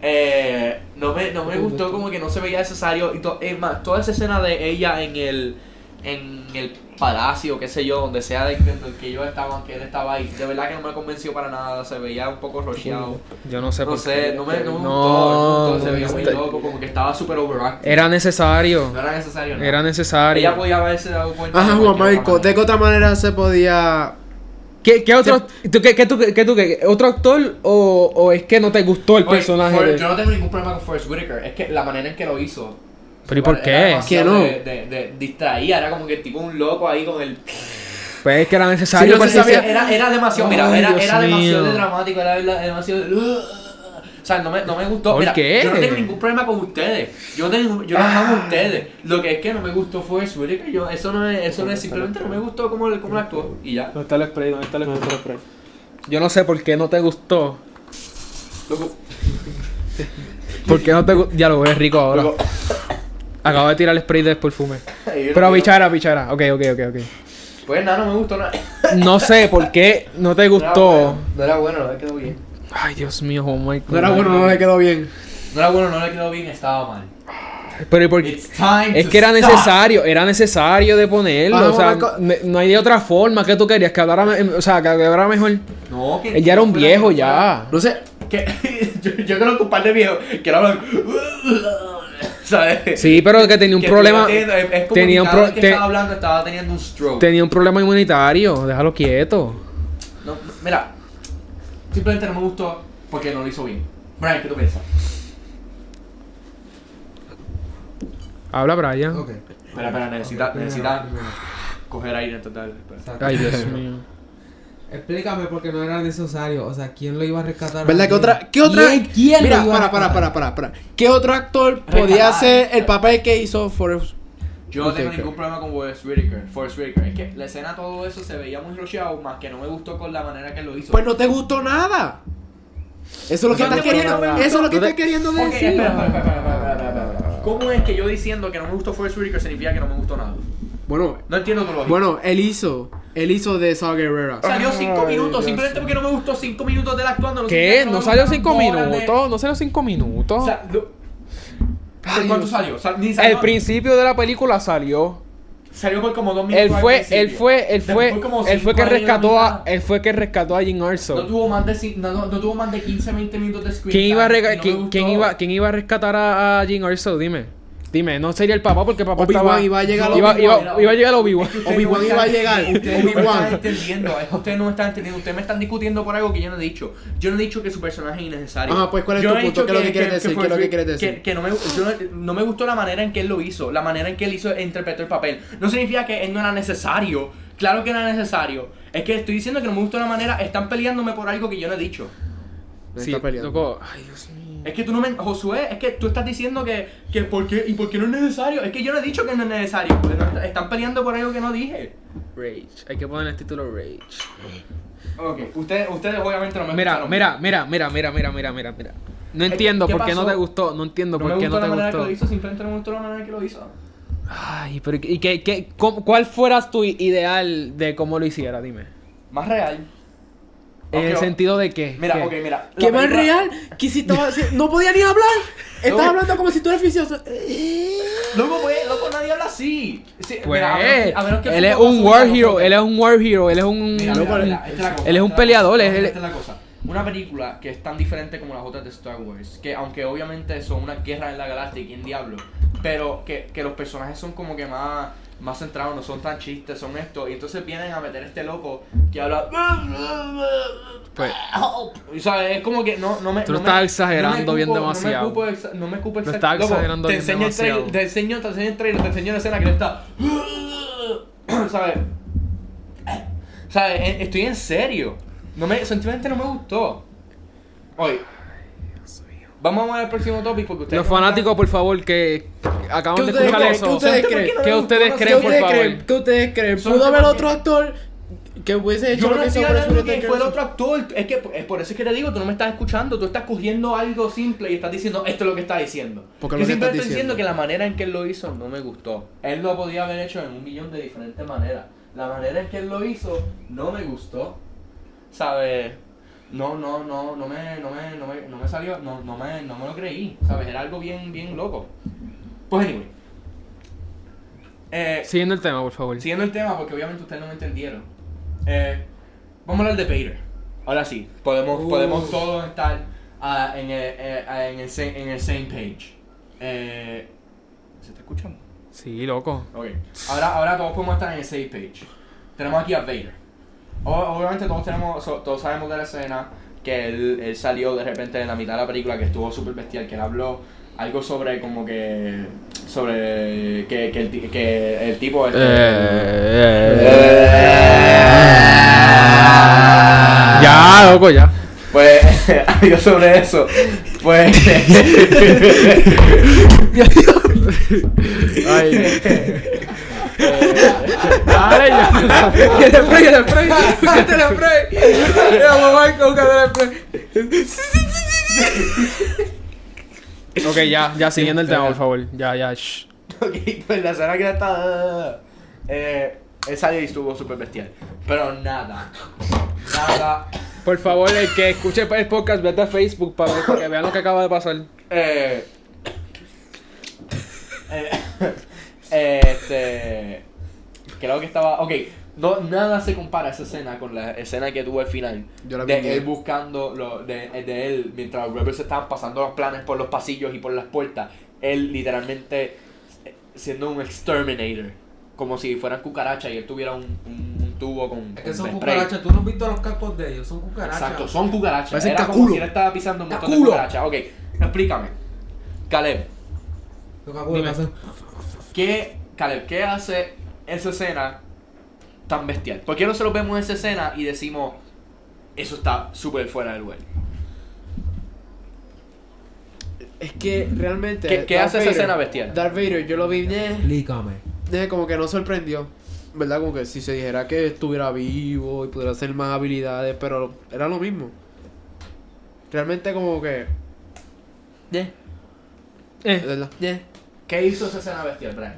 Speaker 1: eh, no, me, no me gustó como que no se veía necesario. Y to- es más, toda esa escena de ella en el, en el palacio, qué sé yo, donde sea de, de- que yo estaba, que él estaba ahí, de verdad que no me convenció para nada. Se veía un poco rocheado.
Speaker 2: Yo no sé
Speaker 1: No
Speaker 2: por
Speaker 1: sé,
Speaker 2: qué.
Speaker 1: no me, no me gustó.
Speaker 2: No, este
Speaker 1: no me gustó, se veía muy
Speaker 2: está-
Speaker 1: loco, como que estaba súper overacting.
Speaker 2: Era necesario.
Speaker 1: no era necesario. ¿no?
Speaker 2: Era necesario.
Speaker 1: Ella podía haberse dado cuenta.
Speaker 4: Ajá,
Speaker 1: de
Speaker 4: Juan
Speaker 1: cualquier
Speaker 4: Marco,
Speaker 1: otra
Speaker 4: de
Speaker 1: manera.
Speaker 4: qué otra manera se podía.
Speaker 2: ¿Qué, qué otro, tú, qué, qué tú- qué tú- qué- otro actor o, o es que no te gustó el
Speaker 1: Oye,
Speaker 2: personaje?
Speaker 1: Forrest-
Speaker 2: de-
Speaker 1: Yo no tengo ningún problema con Forrest Whitaker. Es que la manera en que lo hizo.
Speaker 2: Pero ¿y por
Speaker 1: era
Speaker 2: qué?
Speaker 1: demasiado
Speaker 4: Que no.
Speaker 1: De, de- de- distraía, era como que tipo un loco ahí con el.
Speaker 2: Pues es que era necesario.
Speaker 4: Sí, yo
Speaker 2: pues,
Speaker 4: sí sabía-
Speaker 2: sí,
Speaker 1: Era, era demasiado,
Speaker 2: Ay,
Speaker 1: mira, era,
Speaker 2: Dios
Speaker 1: era demasiado
Speaker 2: mío.
Speaker 1: de dramático, era verdad- demasiado. O sea, no me, no me gustó.
Speaker 2: ¿Por
Speaker 1: Mira,
Speaker 2: qué?
Speaker 1: Yo no tengo ningún problema con ustedes. Yo, no tengo, yo
Speaker 2: Ah.
Speaker 1: los amo a ustedes. Lo que es que no me gustó fue Whitaker. Yo, eso no es, eso no es simplemente no me gustó cómo, él- cómo él actuó. Y ya.
Speaker 2: ¿Dónde está el spray? ¿Dónde está el spray? Yo no sé por qué no te gustó.
Speaker 1: Loco,
Speaker 2: ¿Por qué no te gu- Ya lo ves rico ahora.
Speaker 1: loco.
Speaker 2: Acabo de tirar el spray de perfume.
Speaker 1: Ay,
Speaker 2: Pero
Speaker 1: loco.
Speaker 2: bichara, bichara. Ok, ok, ok, ok.
Speaker 1: Pues nada, no me gustó. No,
Speaker 2: No sé por qué no te
Speaker 1: No era bueno,
Speaker 2: gustó.
Speaker 1: no era bueno, no le quedó bien.
Speaker 2: Ay, Dios mío, oh my God.
Speaker 4: No era bueno, no le quedó bien.
Speaker 1: No era bueno, no le quedó bien, estaba mal.
Speaker 2: Pero ¿y por qué?
Speaker 1: It's time
Speaker 2: Es
Speaker 1: to
Speaker 2: que era
Speaker 1: stop.
Speaker 2: necesario, era necesario de ponerlo.
Speaker 4: Ah,
Speaker 2: o sea,
Speaker 4: Marco-
Speaker 2: ne- no hay de otra forma que tú querías que hablara, me- o sea, que hablara mejor.
Speaker 1: No, que.
Speaker 2: Él ya era un
Speaker 1: que fuera-
Speaker 2: viejo
Speaker 1: que fuera-
Speaker 2: ya.
Speaker 4: No sé.
Speaker 1: Que, yo, yo conozco un par de viejos que ahora hablan. ¿Sabes?
Speaker 2: Sí, pero que tenía un
Speaker 1: Que
Speaker 2: problema,
Speaker 1: estuviera teniendo- es- es como
Speaker 2: tenía un
Speaker 1: que cada
Speaker 2: pro-
Speaker 1: vez que
Speaker 2: te-
Speaker 1: estaba hablando estaba teniendo un stroke.
Speaker 2: tenía un problema inmunitario. Déjalo quieto.
Speaker 1: No, no, mira, simplemente no me gustó porque no lo hizo bien. Brian, ¿qué tú piensas?
Speaker 2: Habla Brian.
Speaker 3: Ok.
Speaker 1: Espera, espera, necesita,
Speaker 3: Primero,
Speaker 1: necesita
Speaker 3: primero.
Speaker 1: coger aire antes de darle, espera.
Speaker 3: Exacto.
Speaker 2: Ay, Dios mío.
Speaker 3: Explícame por qué no era necesario, o sea, ¿quién lo iba a rescatar?
Speaker 4: ¿Verdad que otra? ¿Qué otra?
Speaker 3: ¿Quién, quién lo
Speaker 4: Mira,
Speaker 3: iba
Speaker 4: para,
Speaker 3: a
Speaker 4: para,
Speaker 3: rescatar?
Speaker 4: para, para, para. ¿Qué otro actor podía
Speaker 1: Recalar.
Speaker 4: hacer el papel que hizo Forrest?
Speaker 1: Yo no tengo
Speaker 4: Whitaker.
Speaker 1: ningún problema con Forrest Whitaker. Forrest Whitaker. Es que la escena, todo eso se veía muy rusheado, más que no me gustó con la manera que lo hizo.
Speaker 4: Pues no te gustó nada. Eso es lo que
Speaker 1: No
Speaker 4: estás
Speaker 1: me
Speaker 4: queriendo.
Speaker 1: gustó nada.
Speaker 4: Eso es lo que
Speaker 2: No te-
Speaker 4: estás queriendo
Speaker 1: Ok, espera,
Speaker 4: decir.
Speaker 1: espera, espera, espera, espera, espera, espera. ¿Cómo es que yo diciendo que no me gustó Forrest Whitaker significa que no me gustó nada?
Speaker 4: Bueno,
Speaker 1: No entiendo tu lógica.
Speaker 4: bueno, él hizo. Él hizo de Saw Gerrera.
Speaker 1: salió cinco
Speaker 2: Ay,
Speaker 1: minutos
Speaker 2: Dios
Speaker 1: simplemente porque no me gustó cinco minutos de él actuando. no significa
Speaker 2: ¿Qué?
Speaker 1: que
Speaker 2: ¿No
Speaker 1: me
Speaker 2: salió
Speaker 1: gustan
Speaker 2: cinco
Speaker 1: bolas de-
Speaker 2: minutos? ¿No salió cinco minutos?
Speaker 1: O sea, lo- ¿Por cuánto salió? Sal- ni salió-
Speaker 2: El principio de la película salió.
Speaker 1: Salió por como dos minutos.
Speaker 2: Él
Speaker 1: al
Speaker 2: fue,
Speaker 1: principio.
Speaker 2: él fue, él fue,
Speaker 1: Después como
Speaker 2: él fue
Speaker 1: cinco
Speaker 2: que
Speaker 1: años en la
Speaker 2: rescató a,
Speaker 1: mitad.
Speaker 2: él fue que rescató a Jim
Speaker 1: No
Speaker 2: Arso.
Speaker 1: tuvo más de, cin- no, no- no tuvo más de 15, 20 minutos de screen.
Speaker 2: ¿Quién iba a,
Speaker 1: time,
Speaker 2: rega-
Speaker 1: y no
Speaker 2: quién,
Speaker 1: me
Speaker 2: quién
Speaker 1: gustó.
Speaker 2: iba, quién iba a rescatar a, a Jim Arso? Dime, dime. No sería el papá porque el papá
Speaker 4: Obi-Wan
Speaker 2: estaba.
Speaker 4: iba a llegar a
Speaker 2: iba,
Speaker 4: Obi-Wan,
Speaker 2: iba-
Speaker 1: era
Speaker 2: iba a llegar a Obi-Wan.
Speaker 1: Es que ustedes
Speaker 4: Obi-Wan
Speaker 1: no
Speaker 4: iba a
Speaker 1: están-
Speaker 4: llegar.
Speaker 1: Ustedes no
Speaker 4: Obi-Wan.
Speaker 1: están entendiendo. es que Ustedes no están entendiendo. Ustedes me están discutiendo por algo que yo no he dicho. Yo no he dicho que su personaje es innecesario.
Speaker 4: Ajá, pues, ¿cuál es
Speaker 1: Yo
Speaker 4: tu
Speaker 1: no he
Speaker 4: punto?
Speaker 1: dicho
Speaker 4: ¿Qué es lo que quieres decir?
Speaker 1: fue-
Speaker 4: ¿Qué es lo que quieres decir?
Speaker 1: que- que no me, yo no, no me gustó la manera en que él lo hizo. La manera en que él hizo, interpretó el papel. No significa que él no era necesario. Claro que era necesario. Es que estoy diciendo que no me gustó la manera. Están peleándome por algo que yo no he dicho.
Speaker 4: Me
Speaker 2: Sí,
Speaker 4: está peleando.
Speaker 2: loco. Ay, Dios mío.
Speaker 1: Es que tú no me. Josué, es que tú estás diciendo que. que ¿por qué, ¿Y por qué no es necesario? Es que yo no he dicho que no es necesario. porque no- están peleando por algo que no dije.
Speaker 2: Rage. Hay que poner el título Rage.
Speaker 1: Ok, ustedes, ustedes obviamente no me
Speaker 2: Mira,
Speaker 1: escucharon
Speaker 2: mira, mira, mira, mira, mira, mira, mira, mira. No
Speaker 1: Es que,
Speaker 2: entiendo
Speaker 1: ¿qué
Speaker 2: por qué no
Speaker 1: pasó?
Speaker 2: te gustó. No entiendo
Speaker 1: bien. No me
Speaker 2: por qué
Speaker 1: gustó la
Speaker 2: no te
Speaker 1: manera que
Speaker 2: gustó.
Speaker 1: lo hizo, simplemente no me gustó la manera que lo hizo.
Speaker 2: Ay, pero ¿y qué, qué, cómo- ¿cuál fuera tu ideal de cómo lo hiciera? Dime.
Speaker 1: Más real.
Speaker 2: En el
Speaker 1: Ok,
Speaker 2: sentido de que.
Speaker 1: Mira,
Speaker 2: que-
Speaker 1: ok, mira. la
Speaker 4: ¿Qué más
Speaker 1: película-
Speaker 4: real? Que si estaba- si- no podía ni hablar. Estaba
Speaker 1: No.
Speaker 4: hablando como si tú eres vicioso.
Speaker 1: Loco, pues, loco, nadie habla así. Sí,
Speaker 2: Pues,
Speaker 1: mira, a menos que- a menos que
Speaker 2: él es
Speaker 1: Funko
Speaker 2: un
Speaker 1: Pasu
Speaker 2: war
Speaker 1: diga
Speaker 2: hero,
Speaker 1: nosotros.
Speaker 2: él es un war hero, él es un.
Speaker 1: Mira, mira, mira, esta es la cosa,
Speaker 2: él es un
Speaker 1: esta la-
Speaker 2: peleador, es
Speaker 1: esta
Speaker 2: el-
Speaker 1: es la cosa. Una película que es tan diferente como las otras de Star Wars, que aunque obviamente son una guerra en la galaxia y quién diablo, pero que, que los personajes son como que más, más centrados, no son tan chistes, son esto, y entonces vienen a meter este loco que habla...
Speaker 2: Pues,
Speaker 1: Help. O sea, es como que no, no me.
Speaker 2: Tú
Speaker 1: no
Speaker 2: lo estás
Speaker 1: me-
Speaker 2: exagerando
Speaker 1: no me
Speaker 2: bien
Speaker 1: cupo-
Speaker 2: demasiado.
Speaker 1: No me cupo, exa- no me cupo
Speaker 2: Lo
Speaker 1: exact-
Speaker 2: estás
Speaker 1: Loco,
Speaker 2: exagerando
Speaker 1: te
Speaker 2: bien
Speaker 1: enseño el trailer,
Speaker 2: demasiado.
Speaker 1: te enseño, te enseño el trailer, te enseño la escena que él está. ¿Sabes? ¿Sabes? E- Estoy en serio. No me, simplemente no me gustó. Oye. Vamos a ver el próximo topic porque ustedes.
Speaker 2: los fanáticos, por favor, que acaban
Speaker 4: ¿Qué
Speaker 2: de
Speaker 4: ustedes
Speaker 2: escuchar
Speaker 4: creen? ¿Qué
Speaker 2: eso.
Speaker 4: ustedes
Speaker 2: ¿Qué
Speaker 4: creen?
Speaker 2: ¿Qué ustedes
Speaker 4: ¿Qué
Speaker 2: creen, por
Speaker 4: ustedes
Speaker 2: favor?
Speaker 4: creen? ¿Qué ustedes creen?
Speaker 1: Solo
Speaker 4: ¿Pudo haber
Speaker 1: porque-
Speaker 4: otro actor que hubiese hecho
Speaker 1: Yo
Speaker 4: lo
Speaker 1: no
Speaker 4: que
Speaker 1: estoy
Speaker 4: hizo por eso
Speaker 1: hablando
Speaker 4: no
Speaker 1: de
Speaker 4: te
Speaker 1: quién fue el
Speaker 4: creo?
Speaker 1: otro actor. Es que es por eso es que te digo, tú no me estás escuchando. Tú estás cogiendo algo simple y estás diciendo esto es lo que está diciendo.
Speaker 4: Porque
Speaker 1: Yo
Speaker 4: lo
Speaker 1: simplemente
Speaker 4: que estás
Speaker 1: estoy
Speaker 4: diciendo.
Speaker 1: diciendo que la manera en que él lo hizo no me gustó. Él lo podía haber hecho en un millón de diferentes maneras. La manera en que él lo hizo no me gustó. ¿Sabes? No, no, no, no me, no me, no me, no me salió, no, no me, no me lo creí. ¿Sabes? Era algo bien, bien loco. Pues anyway. Eh,
Speaker 2: Siguiendo el tema, por favor.
Speaker 1: Siguiendo el tema, porque obviamente ustedes no me entendieron. Eh, vamos a hablar de Vader. Ahora sí, podemos,
Speaker 3: Uh.
Speaker 1: podemos todos estar ah, en, el, eh, ah, en, el, sa- en el same page. Eh, ¿Se está escuchando?
Speaker 2: Sí, loco.
Speaker 1: Ok. Ahora, ahora todos podemos estar en el same page. Tenemos aquí a Vader. O- obviamente todos tenemos, so- todos sabemos de la escena que él, él salió de repente en la mitad de la película que estuvo súper bestial, que él habló algo sobre como que sobre que, que el, ti- que el tipo este,
Speaker 2: Eh, Ya, loco, ya.
Speaker 1: Pues, algo sobre eso. Pues.
Speaker 2: Ay.
Speaker 1: eh,
Speaker 2: Dale, ya.
Speaker 3: el spray, el spray, quítate el spray. Mira, mamá, con el spray.
Speaker 2: Ok, ya, ya, siguiendo el tema, por favor. Ya, ya, shh.
Speaker 1: ok, pues la escena que está. Eh, esa y estuvo súper bestial. Pero nada. Nada.
Speaker 2: Por favor, el que escuche el podcast, vete a Facebook para, ver- para que vean lo que acaba de pasar.
Speaker 1: Eh. eh, este. Creo que estaba. Ok. No, nada se compara esa escena con la escena que tuvo al final.
Speaker 4: Yo la vi bien.
Speaker 1: de él buscando. Lo, de, de él, mientras los rebels estaban pasando los planes por los pasillos y por las puertas. Él literalmente eh, siendo un exterminator. Como si fueran cucarachas y él tuviera un, un- un tubo con.
Speaker 3: Es que
Speaker 1: con
Speaker 3: son
Speaker 1: spray.
Speaker 3: cucarachas, tú no has visto los cacos de ellos, son cucarachas.
Speaker 1: Exacto, son cucarachas.
Speaker 4: Parecen
Speaker 1: Era como
Speaker 4: caculo.
Speaker 1: si él estaba pisando un montón de
Speaker 3: Caculo.
Speaker 1: cucarachas. Ok, explícame. Caleb,
Speaker 3: Los cacos de
Speaker 2: Dime.
Speaker 3: casa.
Speaker 1: ¿qué, Caleb, ¿qué hace esa escena tan bestial? ¿Por qué nosotros vemos esa escena y decimos, eso está súper fuera del lugar?
Speaker 4: Es que realmente.
Speaker 1: ¿Qué, qué
Speaker 4: Darth
Speaker 1: hace esa
Speaker 4: Vader-
Speaker 1: escena bestial?
Speaker 4: Darth Vader, yo lo vi. eh,
Speaker 3: Explícame.
Speaker 4: Eh, como que no sorprendió, ¿verdad? Como que si se dijera que estuviera vivo y pudiera hacer más habilidades, pero era lo mismo. Realmente como que... Yeah,
Speaker 2: Eh,
Speaker 4: ¿verdad? Yeah.
Speaker 1: ¿Qué hizo esa escena bestial, Brian?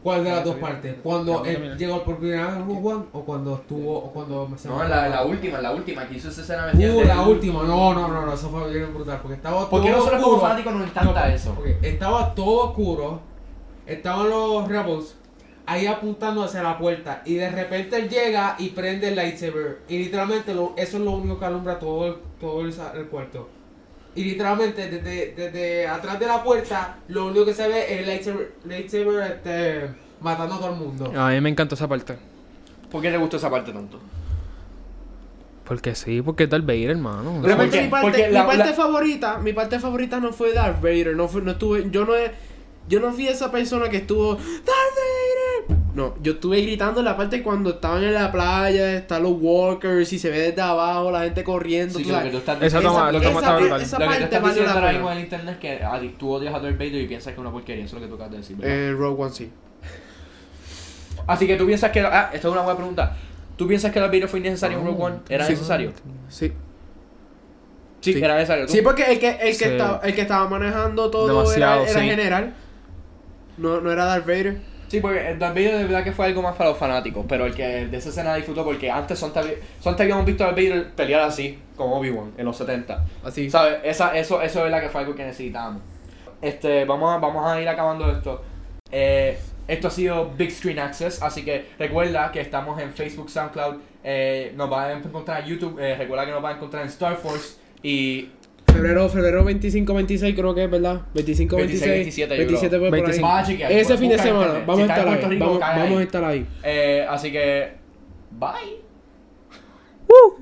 Speaker 3: ¿Cuál de las dos
Speaker 2: está bien.
Speaker 3: partes? ¿Cuando
Speaker 2: Ya,
Speaker 3: él
Speaker 2: termina.
Speaker 3: llegó por primera vez a Rogue One o cuando estuvo o cuando se
Speaker 1: No, en la, en la última, en la última, que hizo esa escena vestida
Speaker 3: Uh,
Speaker 1: de-
Speaker 3: la última, no, no, no, no, eso fue bien brutal. Porque estaba
Speaker 1: ¿Por qué
Speaker 3: todo
Speaker 1: nosotros como
Speaker 3: oscuro.
Speaker 1: fanáticos nos encanta
Speaker 3: No,
Speaker 1: eso?
Speaker 3: ok, Estaba todo oscuro, estaban los Rebels ahí apuntando hacia la puerta y de repente él llega y prende el lightsaber. Y literalmente lo- eso es lo único que alumbra todo el, todo el, sa- el cuarto. Y literalmente desde, desde atrás de la puerta lo único que se ve es el lightsaber, lightsaber, este, matando a todo el mundo.
Speaker 2: A mí me encantó esa parte.
Speaker 1: ¿Por qué te gustó esa parte tanto?
Speaker 2: Porque sí, porque es Darth Vader, hermano.
Speaker 1: Pero-
Speaker 4: Realmente
Speaker 1: ¿por qué?
Speaker 4: mi parte,
Speaker 1: Porque
Speaker 4: mi
Speaker 1: la-
Speaker 4: parte
Speaker 1: la-
Speaker 4: favorita, mi parte favorita no fue Darth Vader, no fue, no estuve, yo no he- yo no fui esa persona que estuvo Darth Vader. No, yo estuve gritando en la parte cuando estaban en la playa, están los walkers y se ve desde abajo la gente corriendo.
Speaker 1: Sí,
Speaker 4: tú
Speaker 1: que lo
Speaker 4: sabes.
Speaker 1: que tú estás
Speaker 2: Esa
Speaker 1: diciendo-
Speaker 2: toma-
Speaker 1: lo
Speaker 2: la
Speaker 1: que-
Speaker 2: toma está brutal.
Speaker 1: Lo
Speaker 4: esa
Speaker 1: que te
Speaker 4: parte
Speaker 1: estás
Speaker 4: valió
Speaker 1: diciendo
Speaker 4: la
Speaker 1: ahora
Speaker 4: pena.
Speaker 1: mismo en el internet es que ah, tú odias a Darth Vader y piensas que es una porquería, eso es lo que tú acabas de decir, ¿verdad?
Speaker 4: Eh, Rogue One sí.
Speaker 1: Así que tú piensas que... Ah, esta es una buena pregunta. ¿Tú piensas que Darth Vader fue innecesario en Rogue One? ¿Era
Speaker 4: Sí.
Speaker 1: necesario?
Speaker 4: Sí.
Speaker 1: Sí,
Speaker 4: Sí.
Speaker 1: era necesario. ¿Tú?
Speaker 4: Sí, porque el que, el que,
Speaker 2: Sí.
Speaker 4: estaba, el que estaba manejando todo era,
Speaker 2: Demasiado,
Speaker 4: era
Speaker 2: sí.
Speaker 4: general. No, no era Darth Vader.
Speaker 1: Sí, porque el Darth Vader de verdad que fue algo más para los fanáticos, pero el que de esa escena disfrutó porque antes son te habíamos visto a Darth Vader pelear así, con Obi-Wan, en los 70.
Speaker 4: Así.
Speaker 1: ¿Sabes? Esa, eso, eso es verdad que fue algo que necesitábamos. Este, vamos a, vamos a ir acabando esto. Eh, esto ha sido Big Screen Access, así que recuerda que estamos en Facebook, SoundCloud, eh, nos van a encontrar en YouTube, eh, recuerda que nos van a encontrar en Star Force y
Speaker 4: Febrero, febrero 25, 26 creo que es, ¿verdad? 25,
Speaker 1: 26,
Speaker 4: 26,
Speaker 1: 27, yo
Speaker 4: 27
Speaker 1: creo.
Speaker 4: por ahí.
Speaker 2: 25.
Speaker 1: Vas a chequear,
Speaker 4: Ese
Speaker 1: pues,
Speaker 4: fin de
Speaker 1: busca en
Speaker 4: semana,
Speaker 1: internet.
Speaker 4: vamos
Speaker 1: Si
Speaker 4: a
Speaker 1: estás en
Speaker 4: estar ahí.
Speaker 1: Puerto Rico,
Speaker 4: Vamos,
Speaker 1: cae
Speaker 4: vamos a
Speaker 1: ahí.
Speaker 4: estar ahí.
Speaker 1: Eh, así que, bye.
Speaker 2: ¡Woo!